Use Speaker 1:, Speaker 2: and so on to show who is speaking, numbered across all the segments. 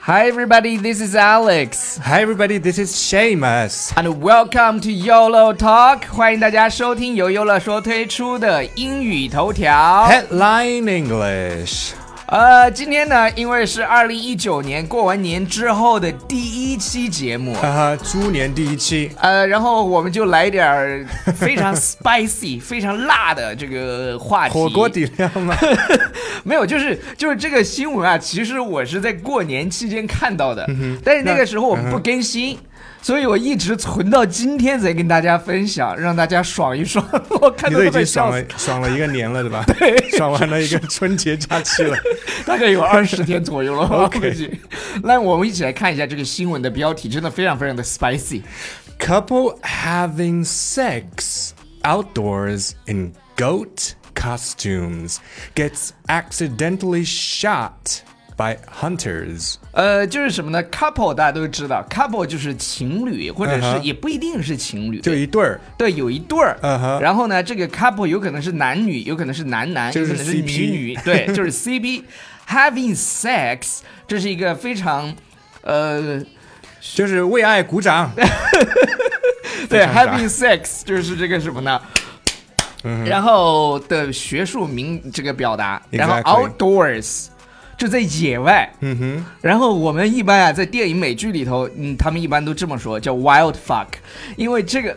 Speaker 1: Hi, everybody. This is Alex,
Speaker 2: Hi everybody, this is Shamus.
Speaker 1: and welcome to YOLO Talk. 欢迎大家收听由优乐说推出的英语头条。
Speaker 2: Headline English.
Speaker 1: 呃，今天呢，因为是二零一九年过完年之后的第一期节目，
Speaker 2: 哈啊哈，猪年第一期，
Speaker 1: 呃，然后我们就来点儿非常 spicy、非常辣的这个话题。
Speaker 2: 火锅底料吗？
Speaker 1: 没有，就是就是这个新闻啊，其实我是在过年期间看到
Speaker 2: 嗯
Speaker 1: 的，但是那个时候我们不更新。所以我一直存到今天才跟大家分享，让大家爽一爽。 我看
Speaker 2: 你
Speaker 1: 到
Speaker 2: 哎都已
Speaker 1: 都快
Speaker 2: 经爽
Speaker 1: 笑死
Speaker 2: 了，爽了一个年了， 对吧？对，爽完了一个春节假期了。
Speaker 1: 大概有二十天左右了吧，我
Speaker 2: OK
Speaker 1: 估计。那我们一起来看一下这个新闻的标题，真的非常非常的 spicy。
Speaker 2: Couple having sex outdoors in goat costumes gets accidentally shot by hunters.
Speaker 1: 呃，就是什么呢？couple 大家都知道，couple 就是情侣，或者
Speaker 2: 嗯
Speaker 1: 是
Speaker 2: 哼
Speaker 1: 也不一定是情侣，
Speaker 2: 就一对儿，
Speaker 1: 对，有一对儿。
Speaker 2: 嗯哼
Speaker 1: 然后呢，这个 couple 有可能是男女，有可能是男男，
Speaker 2: 就是
Speaker 1: 有可能是
Speaker 2: CP
Speaker 1: 女女，对， 就是 CP。Having sex，这是一个非常，呃，
Speaker 2: 就是为爱鼓掌。 非
Speaker 1: 对
Speaker 2: 常傻
Speaker 1: ，having sex 就是这个什么呢？
Speaker 2: 嗯
Speaker 1: 然后的学术名这个表达，然后
Speaker 2: Exactly
Speaker 1: outdoors 就在野外。嗯哼。然后我们一般啊，在电影美剧里头，嗯，他们一般都这么说，叫 wild fuck，因为这个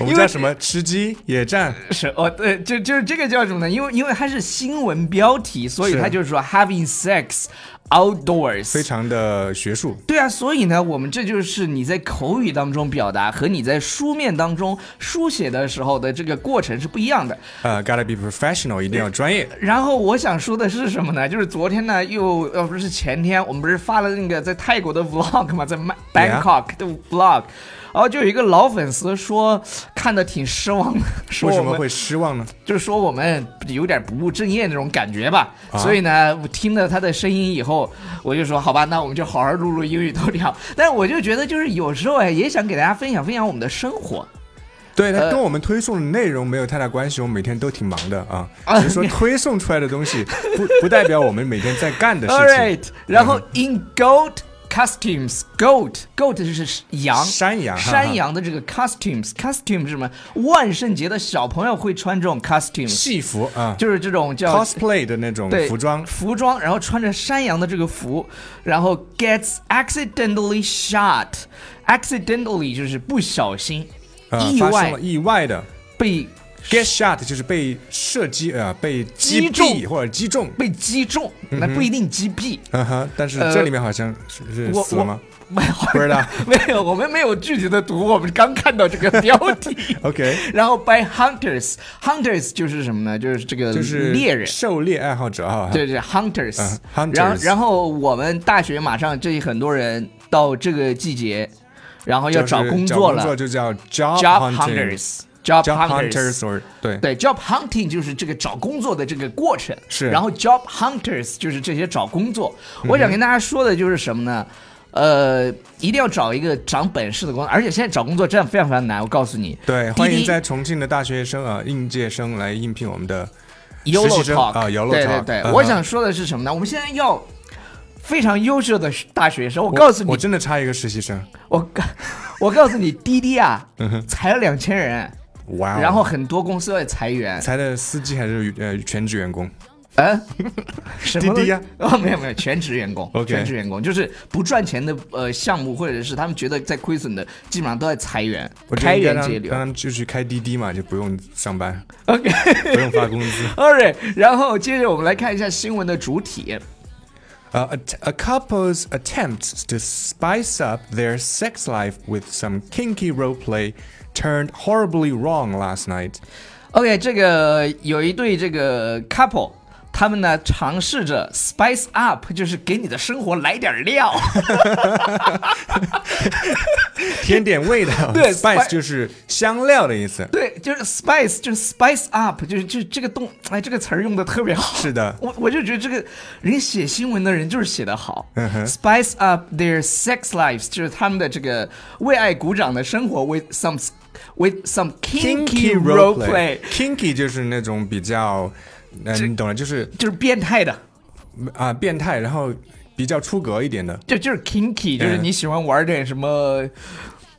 Speaker 2: 我们
Speaker 1: 因为
Speaker 2: 叫什么？吃鸡、野战。
Speaker 1: 是哦，对，就就是这个叫什么呢？因为因为它是新闻标题，所以
Speaker 2: 是
Speaker 1: 它就是说 having sex outdoors，
Speaker 2: 非常的学术。
Speaker 1: 对啊，所以呢，我们这就是你在口语当中表达和你在书面当中书写的时候的这个过程是不一样的。
Speaker 2: 呃、g o t t a be professional，一定要专业。
Speaker 1: 然后我想说的是什么呢？就是昨天呢，又呃不是前天，我们不是发了那个在泰国的 vlog 嘛，在曼
Speaker 2: Yeah
Speaker 1: Bangkok 的 vlog，然后就有一个老粉丝说看的挺失望的，说
Speaker 2: 为
Speaker 1: 我
Speaker 2: 什
Speaker 1: 们
Speaker 2: 么会失望呢？
Speaker 1: 就是说我们有点不务正业那种感觉吧，
Speaker 2: 啊
Speaker 1: 所以呢，我听了他的声音以后，我就说好吧，那我们就好好录录英语头条。 但我就觉得，就是有时候哎，也想给大家分享分享我们的生活。
Speaker 2: 对，它
Speaker 1: 呃
Speaker 2: 跟我们推送的内容没有太大关系，我们每天都挺忙的啊。
Speaker 1: 啊
Speaker 2: 只是 说推送出来的东西不不代表我们每天在干的
Speaker 1: All
Speaker 2: 事
Speaker 1: right，
Speaker 2: 情。
Speaker 1: 然后 in goat costumes，goat goat 就是羊，
Speaker 2: 山羊，哈哈
Speaker 1: 山，羊的这个 costumes costume 是什么？万圣节的小朋友会穿这种 costumes，
Speaker 2: 戏服啊
Speaker 1: 就是这种叫
Speaker 2: ，cosplay 的那种
Speaker 1: 对
Speaker 2: 服装，
Speaker 1: 服装，然后穿着山羊的这个服，然后 gets accidentally shot，accidentally 就是不小心，
Speaker 2: 呃，
Speaker 1: 意
Speaker 2: 发生
Speaker 1: 外
Speaker 2: 了意外的
Speaker 1: 被
Speaker 2: get shot，就是被射击呃，被
Speaker 1: 击
Speaker 2: 击
Speaker 1: 中
Speaker 2: 毙或者击中。
Speaker 1: 被击中，那不一定击毙。
Speaker 2: 嗯哼，但是
Speaker 1: 呃
Speaker 2: 这里面好像是是
Speaker 1: 我
Speaker 2: 死了吗？
Speaker 1: 没有，
Speaker 2: 不知道
Speaker 1: 没有，我们没有具体的读，我们刚看到这个标题。
Speaker 2: OK，
Speaker 1: 然后 by hunters，hunters 就是什么呢？就是这个
Speaker 2: 就是
Speaker 1: 猎人。
Speaker 2: 狩猎爱好者啊。
Speaker 1: 对对，hunters，、
Speaker 2: 嗯，hunters
Speaker 1: 然后然后我们大学马上这很多人到这个季节，然后要
Speaker 2: 就是找
Speaker 1: 工作了，
Speaker 2: 工作就叫 job
Speaker 1: job
Speaker 2: hunting
Speaker 1: hunters，job
Speaker 2: job
Speaker 1: hunters。
Speaker 2: hunters or 对
Speaker 1: 对，job hunting 就是这个找工作的这个过程，
Speaker 2: 是嗯
Speaker 1: 然后 job hunters 就是这些找工作。我想跟大家说的就是什么呢？呃，一定要找一个长本事的工作，而且现在找工作真的非常非常难。我告诉你，
Speaker 2: 对，欢
Speaker 1: 滴
Speaker 2: 迎
Speaker 1: 滴
Speaker 2: 在重庆的大学生啊、应届生来应聘我们的
Speaker 1: Yolo
Speaker 2: 习生
Speaker 1: Talk
Speaker 2: 啊，Yolo
Speaker 1: 对对
Speaker 2: Talk，
Speaker 1: 对，
Speaker 2: 嗯
Speaker 1: 我想说的是什么呢？我们现在要非常优秀的大学生，我告诉你，
Speaker 2: 我
Speaker 1: 我
Speaker 2: 真的差一个实习生，
Speaker 1: 我我告诉你，滴滴啊，
Speaker 2: 嗯
Speaker 1: 裁了两千人，
Speaker 2: 哇哦！
Speaker 1: 然后很多公司要裁员，
Speaker 2: 裁的司机还是呃全职员工，
Speaker 1: 嗯，什么
Speaker 2: 滴滴呀
Speaker 1: 东 西哦，没有没有，全职员工
Speaker 2: OK
Speaker 1: 全职员工就是不赚钱的呃项目，或者是他们觉得在亏损的，基本上都在裁员，
Speaker 2: 我觉
Speaker 1: 开
Speaker 2: 得应该
Speaker 1: 源
Speaker 2: 让
Speaker 1: 节流
Speaker 2: 让。他们就去开滴滴嘛，就不用上班，
Speaker 1: OK，
Speaker 2: 不用发工 资。
Speaker 1: all right，然后接着我们来看一下新闻的主体。
Speaker 2: Uh, a, t- a couple's attempts to spice up their sex life with some kinky role play turned horribly wrong last night.
Speaker 1: OK，这个有一对这个 couple，他们呢尝试着 spice up，就是给你的生活来点料。
Speaker 2: 甜点味道，
Speaker 1: 对
Speaker 2: ，spice
Speaker 1: spi-
Speaker 2: 就是香料的意思。
Speaker 1: 对，就是 spice，就是 spice up，就是就是这个动，哎，这个词儿用的特别好。
Speaker 2: 是的
Speaker 1: 我我就觉得这个人写新闻的人就是写的好、s p i c e up their sex lives，就是他们的这个为爱鼓掌的生活，with some with some kinky role play，
Speaker 2: play，kinky 就是那呃种比较，嗯、你懂了，就是呃
Speaker 1: 就是变态的。
Speaker 2: 啊、变态，然后比较出格一点的，
Speaker 1: 就就是 kinky，就是你喜欢玩点什么。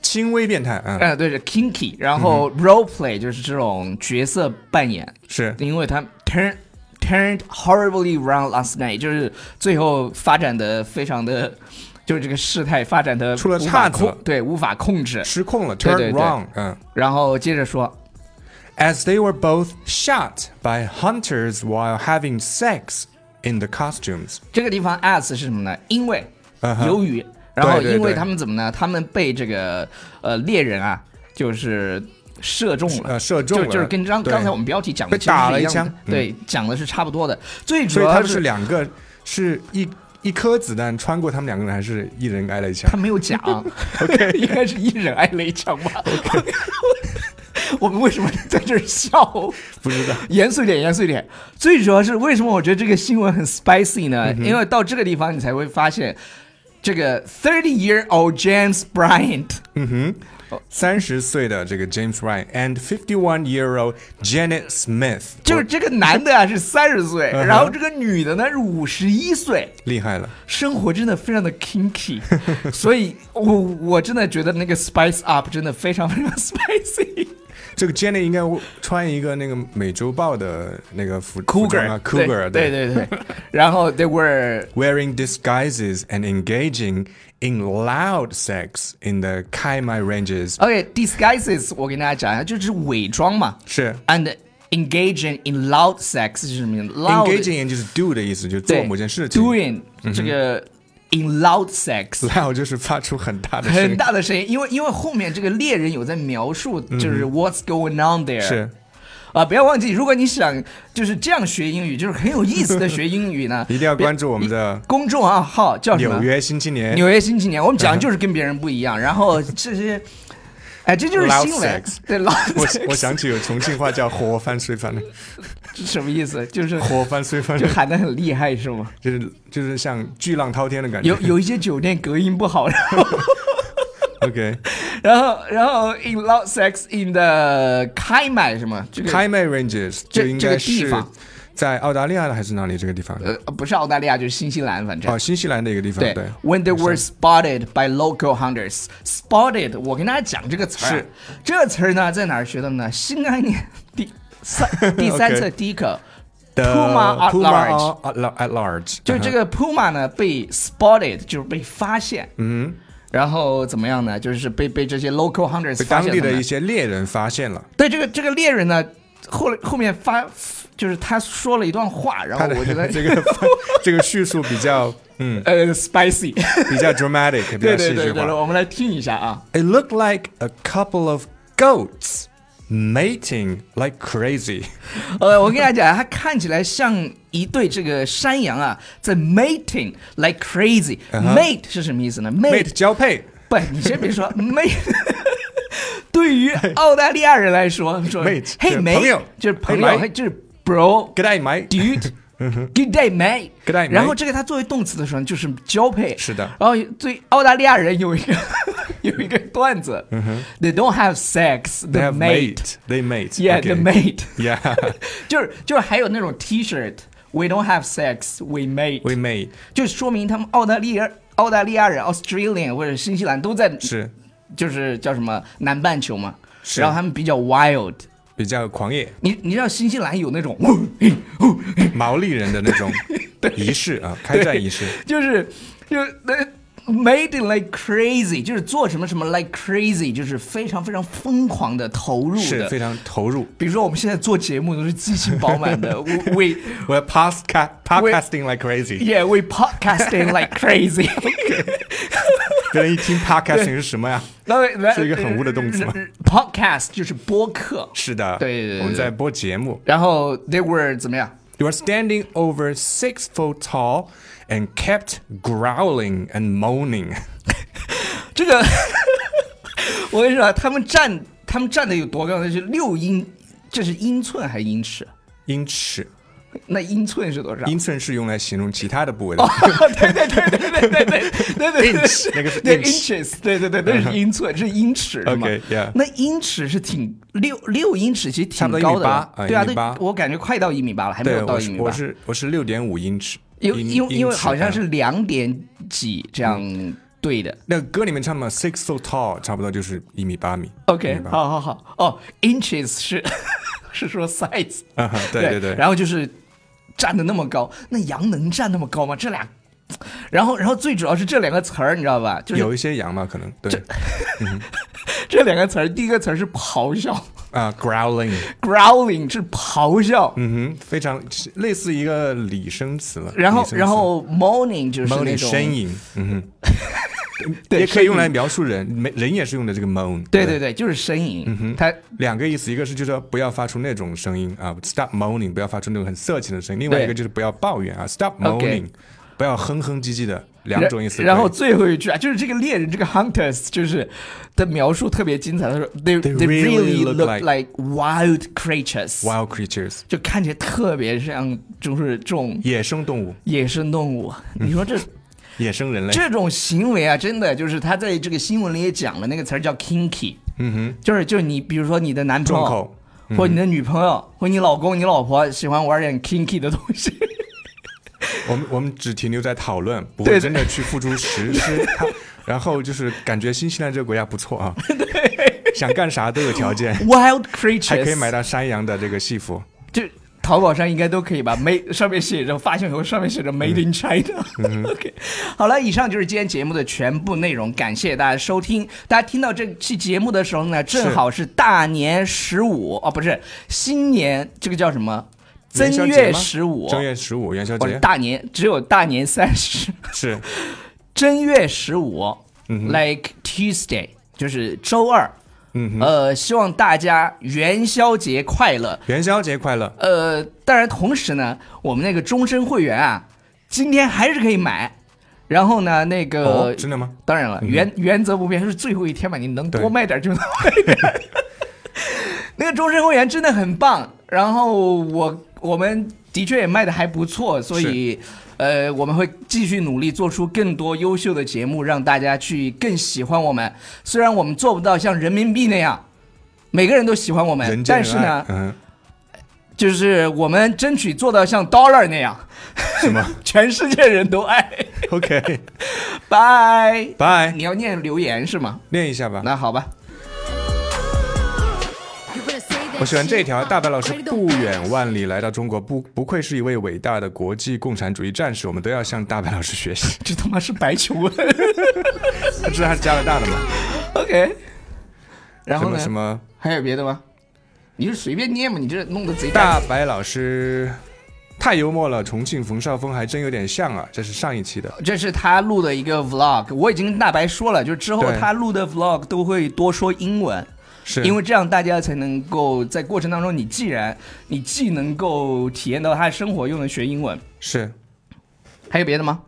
Speaker 2: 轻微变态啊、嗯
Speaker 1: 哎，对，是 kinky，然后 role play 就是这种角色扮演，
Speaker 2: 是
Speaker 1: 因为他 turn turned horribly wrong last night，就是最后发展的非常的，就是这个事态发展的
Speaker 2: 出了岔子
Speaker 1: 控，对，无法控制。
Speaker 2: 失控了
Speaker 1: 对对
Speaker 2: ，turn
Speaker 1: 对
Speaker 2: wrong，嗯。
Speaker 1: 然后接着说，
Speaker 2: As they were both shot by hunters while having sex in the costumes，
Speaker 1: 这个地方 as 是什么呢？因为，
Speaker 2: 嗯哼
Speaker 1: 由于，然后
Speaker 2: 对对
Speaker 1: 因为
Speaker 2: 对
Speaker 1: 他们怎么呢？他们被这个呃猎人啊，就是射中了
Speaker 2: 呃，。射中了，
Speaker 1: 就就是跟刚
Speaker 2: 对
Speaker 1: 刚才我们标题讲的
Speaker 2: 被打了
Speaker 1: 其
Speaker 2: 一
Speaker 1: 实是样
Speaker 2: 枪嗯
Speaker 1: 的对，讲的是差不多的。最主
Speaker 2: 所以他
Speaker 1: 要
Speaker 2: 们是两个，是一一颗子弹穿过他们两个人，还是一人挨了一枪
Speaker 1: 他？没有 讲，OK，应该是一人挨了一枪 吧。我们为什么在这儿笑？
Speaker 2: 不知道，
Speaker 1: 严肃点，严肃点。最主要是为什么我觉得这个新闻很 spicy 呢？因为到这个地方你才会发现，这个 thirty year old James Bryant
Speaker 2: 三十岁的这个 James Ryan and fifty-one-year-old Janet Smith，
Speaker 1: 就是这个男的啊是三十岁，
Speaker 2: 嗯哼
Speaker 1: 然后这个女的呢是五十一岁。
Speaker 2: 厉害了，
Speaker 1: 生活真的非常的 kinky，所以我我真的觉得那个 spice up 真的非常非常 spicy。
Speaker 2: 这个 Janet 应该穿一个那个美洲豹的那个服服装啊
Speaker 1: 对
Speaker 2: ，cougar，
Speaker 1: 对对对。 然后 they were
Speaker 2: wearing disguises and engaging in loud sex in the Kaimai ranges.
Speaker 1: OK disguises，我跟大家讲一下，就是伪装嘛。
Speaker 2: 是
Speaker 1: And engaging in loud sex 是什么意思？loud
Speaker 2: engaging in 就是 do 的意思，就是做
Speaker 1: 对
Speaker 2: 某件事情。嗯
Speaker 1: doing 这个 in loud sex。
Speaker 2: loud 就是发出很大的声
Speaker 1: 很
Speaker 2: 音。
Speaker 1: 大的声音，因为因为后面这个猎人有在描述，就是 what's going on
Speaker 2: 嗯
Speaker 1: there，
Speaker 2: 是
Speaker 1: 啊，不要忘记，如果你想就是这样学英语，就是很有意思的学英语呢
Speaker 2: ，一定要关注我们的
Speaker 1: 公众号号叫什么？
Speaker 2: 纽约新青年。
Speaker 1: 纽约新青年，我们讲的就是跟别人不一样，然后这些，哎，这就是
Speaker 2: Loud
Speaker 1: 新闻
Speaker 2: sex，
Speaker 1: 对 loud
Speaker 2: 我
Speaker 1: sex
Speaker 2: 我想起有重庆话叫“火翻水翻” 的，
Speaker 1: 是什么意思？就是
Speaker 2: 火翻水翻
Speaker 1: 就喊得很厉害是吗？
Speaker 2: 就是就是像巨浪滔天的感觉。
Speaker 1: 有有一些酒店隔音不好，然后
Speaker 2: OK，
Speaker 1: 然后然后 in loud sex in the 开买什么这个
Speaker 2: 开麦 ranges
Speaker 1: 这
Speaker 2: 就应该
Speaker 1: 这个地
Speaker 2: 是
Speaker 1: 方
Speaker 2: 在澳大利亚的还是哪里这个地方？
Speaker 1: 呃不是澳大利亚就是新西兰，反正。
Speaker 2: 哦，新西兰的一个地方。
Speaker 1: 对
Speaker 2: 对，
Speaker 1: ，when they were spotted by local hunters。spotted，我跟大家讲这个词儿啊
Speaker 2: 是，
Speaker 1: 这个词儿呢在哪儿学的呢？新概念第 三第三
Speaker 2: OK
Speaker 1: 册第一课
Speaker 2: The 呃
Speaker 1: Puma at large
Speaker 2: Puma 哦嗯 at la- at large，啊
Speaker 1: 就这个 puma 呢被 spotted，就是被发现，嗯，然后怎么样呢？就是被被这些 local hunters
Speaker 2: 被
Speaker 1: 发
Speaker 2: 当
Speaker 1: 现
Speaker 2: 地的
Speaker 1: 了
Speaker 2: 一些猎人发现了。
Speaker 1: 对这个这个猎人呢，后来后面发就是他说了一段话，然
Speaker 2: 他
Speaker 1: 后
Speaker 2: 的
Speaker 1: 哦我觉得
Speaker 2: 这 个这个叙述比较嗯
Speaker 1: 呃 spicy，
Speaker 2: 比较 dramatic，比
Speaker 1: 对
Speaker 2: 较
Speaker 1: 对
Speaker 2: 戏剧
Speaker 1: 对对，
Speaker 2: 化。
Speaker 1: 我们来听一下啊。
Speaker 2: It looked like a couple of goats mating like crazy。
Speaker 1: 呃，我跟大家讲，它看起来像一对这个山羊啊，在 mating like crazy。mate 是什么意思呢
Speaker 2: 嗯 mate 交配
Speaker 1: 不，你先别说 mate。对于澳大利亚人来说，说
Speaker 2: Mate，
Speaker 1: 嘿
Speaker 2: 就是
Speaker 1: ，mate，
Speaker 2: 朋友
Speaker 1: 就是朋
Speaker 2: 嘿
Speaker 1: 友，
Speaker 2: ，mate
Speaker 1: 嘿就是 bro
Speaker 2: ，good night mate。
Speaker 1: dude。Good day,
Speaker 2: 嗯
Speaker 1: mate。
Speaker 2: Good day, mate
Speaker 1: 然后这个它作为动词的时候就是交配。
Speaker 2: 是的
Speaker 1: 然后对澳大利亚人有一个 有一个段子、t h e y don't have sex,
Speaker 2: 嗯 They
Speaker 1: they
Speaker 2: have
Speaker 1: mate.
Speaker 2: mate. They mate.
Speaker 1: Yeah, the
Speaker 2: Okay.
Speaker 1: mate.
Speaker 2: Yeah,
Speaker 1: 就是就是还有那种 T 恤，We don't have sex, we mate，
Speaker 2: we mate.
Speaker 1: 就说明他们澳大利亚澳大利亚人 Australian 或者新西兰都在
Speaker 2: 是
Speaker 1: 就是叫什么南半球嘛，
Speaker 2: 是
Speaker 1: 然后他们比较 wild。
Speaker 2: 比较狂野
Speaker 1: 你你知道新西兰有那种，哦嘿哦嘿
Speaker 2: 毛利人的那 种仪式啊，开战仪式。
Speaker 1: 就是就是那 made like crazy，就是做什么什么 like crazy，就是非常非常疯狂的投入
Speaker 2: 是非
Speaker 1: 的。
Speaker 2: 常投入。
Speaker 1: 比如说我们现在做节目都是激情饱满的 ，we
Speaker 2: We're podcast podcasting like crazy。
Speaker 1: yeah we podcasting like crazy 。
Speaker 2: 别人一 听 podcasting 是什么呀？
Speaker 1: 那来
Speaker 2: 是一个很污的动词吗
Speaker 1: 呃？Podcast 就是播客，
Speaker 2: 是的，
Speaker 1: 对对对对
Speaker 2: 我们在播节目。
Speaker 1: 然后 they were 怎么样？
Speaker 2: You are standing over six foot tall and kept growling and moaning.
Speaker 1: 这个我跟你说啊，他们站他们站的有多高呢？是六英，这是英寸还是英尺？
Speaker 2: 英尺，
Speaker 1: 那英寸是多少？
Speaker 2: 英寸是用来形容其他的部位的。
Speaker 1: 对对对对对对对对对
Speaker 2: Inch，那个是
Speaker 1: 对
Speaker 2: inch
Speaker 1: inches，对对对，那是英寸，是英尺是吗
Speaker 2: OK，yeah
Speaker 1: 那英尺是挺六六英尺，其实
Speaker 2: 差
Speaker 1: 挺
Speaker 2: 不多一米
Speaker 1: 高的
Speaker 2: 八
Speaker 1: 了
Speaker 2: 啊，
Speaker 1: 对啊，
Speaker 2: 一米
Speaker 1: 对
Speaker 2: 八，
Speaker 1: 我感觉快到一米八了，还没
Speaker 2: 对，
Speaker 1: 有到
Speaker 2: 我
Speaker 1: 一
Speaker 2: 是
Speaker 1: 米
Speaker 2: 我
Speaker 1: 八。
Speaker 2: 是我是六点五英尺，
Speaker 1: 因
Speaker 2: 音
Speaker 1: 因因为好像
Speaker 2: 音
Speaker 1: 是两点几这样对的。
Speaker 2: 那歌里面唱嘛，six foot tall，差不多就是一米八米。一
Speaker 1: OK，
Speaker 2: 米八
Speaker 1: 好好好，哦，inches 是是说 size，
Speaker 2: 啊哈， 对对对，
Speaker 1: 然后就是站的那么高，那羊能站那么高吗？这俩，然后然后最主要是这两个词儿，你知道吧？就是
Speaker 2: 有一些羊嘛，可能对
Speaker 1: 这两个词儿，第一个词儿是咆哮
Speaker 2: 啊，growling，
Speaker 1: ，growling 是咆哮，
Speaker 2: 嗯哼，非常类似一个拟声词了。
Speaker 1: 然后
Speaker 2: 拟声词
Speaker 1: 然后 moaning 就是
Speaker 2: moaning
Speaker 1: 那种
Speaker 2: 呻吟，嗯哼，
Speaker 1: 对
Speaker 2: 也可以用
Speaker 1: 呻
Speaker 2: 来
Speaker 1: 吟
Speaker 2: 描述人，没人也是用的这个 moan。
Speaker 1: 对对对，就是呻吟，
Speaker 2: 嗯
Speaker 1: 它
Speaker 2: 两个意思，一个是就是说不要发出那种声音啊，stop moaning，不要发出那种很色情的声音；，另外
Speaker 1: 对
Speaker 2: 一个就是不要抱怨啊，stop
Speaker 1: OK
Speaker 2: moaning，不要哼哼唧唧的，两
Speaker 1: 然
Speaker 2: 种意思可以。
Speaker 1: 然后最后一句啊，就是这个猎人这个 hunters 就是的描述特别精彩，他说 they
Speaker 2: They
Speaker 1: they
Speaker 2: really
Speaker 1: really
Speaker 2: look
Speaker 1: look like wild creatures，
Speaker 2: wild creatures
Speaker 1: 就看起来特别像就是这种
Speaker 2: 野嗯生动物、
Speaker 1: 野生动物。你说这
Speaker 2: 野生人类，
Speaker 1: 这种行为啊，真的就是他在这个新闻里也讲了，那个词儿叫 kinky，
Speaker 2: 嗯哼，
Speaker 1: 就是就是你比如说你的男朋
Speaker 2: 重
Speaker 1: 友。
Speaker 2: 口。
Speaker 1: 或你的女朋友，或你老公、你老婆喜欢玩点 kinky 的东 西，
Speaker 2: 我们我们只停留在讨论，不
Speaker 1: 对
Speaker 2: 会
Speaker 1: 对
Speaker 2: 真的去付诸实 施。它然后就是感觉新西兰这个国家不错啊，想干啥都有条 件，
Speaker 1: wild creatures，
Speaker 2: 还可以买到山羊的这个戏服。
Speaker 1: 就淘宝上应该都可以吧？没上面写着发现盒，上面写着 Made in China。OK，好
Speaker 2: 嗯
Speaker 1: 了，以上就是今天节目的全部内容，感谢大家收听。大家听到这期节目的时候呢，正好是大年十五哦，不是新年，这个叫什么？正
Speaker 2: 元宵节
Speaker 1: 月
Speaker 2: 吗
Speaker 1: 十五，
Speaker 2: 正月十五元宵
Speaker 1: 不
Speaker 2: 节
Speaker 1: 是大年，只有大年三十，
Speaker 2: 是
Speaker 1: 正月十五、l
Speaker 2: 嗯
Speaker 1: i k e Tuesday，就是周二。嗯，呃，希望大家元宵节快乐。
Speaker 2: 元宵节快乐，
Speaker 1: 呃，当然，同时呢，我们那个终身会员啊，今天还是可以买。然后呢，那个、
Speaker 2: 哦，真的吗？
Speaker 1: 当然了，原原则不变，是最后一天嘛，你能
Speaker 2: 对
Speaker 1: 多卖点就能卖点。 那个终身会员真的很棒，然后我我们的确也卖的还不错，所以呃，我们会继续努力做出更多优秀的节目，让大家去更喜欢我们。虽然我们做不到像人民币那样每个人都喜欢我们
Speaker 2: 人，见
Speaker 1: 但
Speaker 2: 人
Speaker 1: 是
Speaker 2: 爱
Speaker 1: 呢，
Speaker 2: 嗯，
Speaker 1: 就是我们争取做到像 Dollar 那样，
Speaker 2: 什么
Speaker 1: 全世界人都爱。
Speaker 2: ？OK，
Speaker 1: 拜，
Speaker 2: 拜，
Speaker 1: 你要念留言是吗？
Speaker 2: 念一下吧。
Speaker 1: 那好吧。
Speaker 2: 我
Speaker 3: 我
Speaker 2: 喜
Speaker 3: 喜
Speaker 2: 欢
Speaker 3: 欢
Speaker 2: 这
Speaker 3: 这
Speaker 2: 条，
Speaker 3: 条，
Speaker 2: 大
Speaker 3: 大
Speaker 2: 白
Speaker 3: 白
Speaker 2: 老
Speaker 3: 老
Speaker 2: 师
Speaker 3: 师
Speaker 2: 不
Speaker 3: 不
Speaker 2: 远
Speaker 3: 远万。
Speaker 2: 万里来到中国，不不愧是一位伟大的国际共产主义战士，我们都要向大白老师学 习。
Speaker 1: 这他妈是白求恩。
Speaker 2: 他知道他是加拿大的吗？
Speaker 1: OK，然
Speaker 2: 什
Speaker 1: 后
Speaker 2: 么
Speaker 1: 呢？
Speaker 2: 什么？
Speaker 1: 还有别的吗？你是随便念嘛？你这弄得贼
Speaker 2: 大白老师太幽默了，重庆冯绍峰还真有点像啊，这是上一期的。
Speaker 1: 这是他录的一个 vlog，我已经跟大白说了，就是之后
Speaker 2: 对
Speaker 1: 他录的 vlog 都会多说英文，
Speaker 2: 是
Speaker 1: 因为这样大家才能够在过程当中，你既然你既能够体验到他的生活，又能学英文。
Speaker 2: 是
Speaker 1: 还有别的 吗？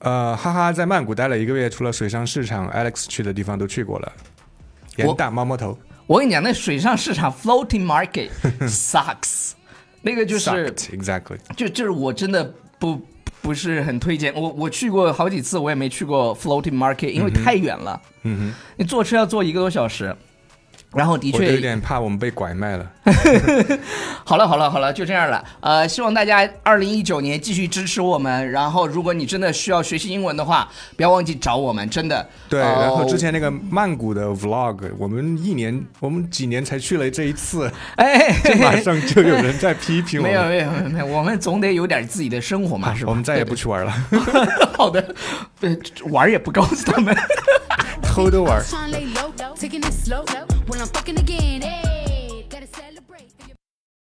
Speaker 2: 呃，哈哈，在曼谷待了一个月，除了水上市场，Alex 去的地方都去过了。
Speaker 1: 我
Speaker 2: 盐大猫猫头
Speaker 1: 我跟你讲，那水上市场 floating market sucks，那个就是
Speaker 2: ，sucked exactly。
Speaker 1: 就就是我真的不不是很推荐。我我去过好几次，我也没去过 floating market，因为太远了。
Speaker 2: 嗯
Speaker 1: 你坐车要坐一个多小时，然后的
Speaker 2: 哼，我都有
Speaker 1: 确，
Speaker 2: 点怕我们被拐卖了。
Speaker 1: 好了好了好了，就这样了。呃，希望大家二零一九年继续支持我们。然后，如果你真的需要学习英文的话，不要忘记找我们，真的。
Speaker 2: 对，
Speaker 1: 呃
Speaker 2: 然后之，前那个曼谷的 vlog，我们一年，我们几年才去了这一 次，
Speaker 1: 哎，
Speaker 2: 这马上就有人在批评我
Speaker 1: 没有
Speaker 2: 们，啊
Speaker 1: 没有没有没有，我们总得有点自己的生活嘛，是吧？
Speaker 2: 我们再也 不去玩了，
Speaker 1: 好的，呃，玩儿也不告诉他们。
Speaker 2: 偷着玩。
Speaker 3: Taking it slow when I'm fucking again. 哎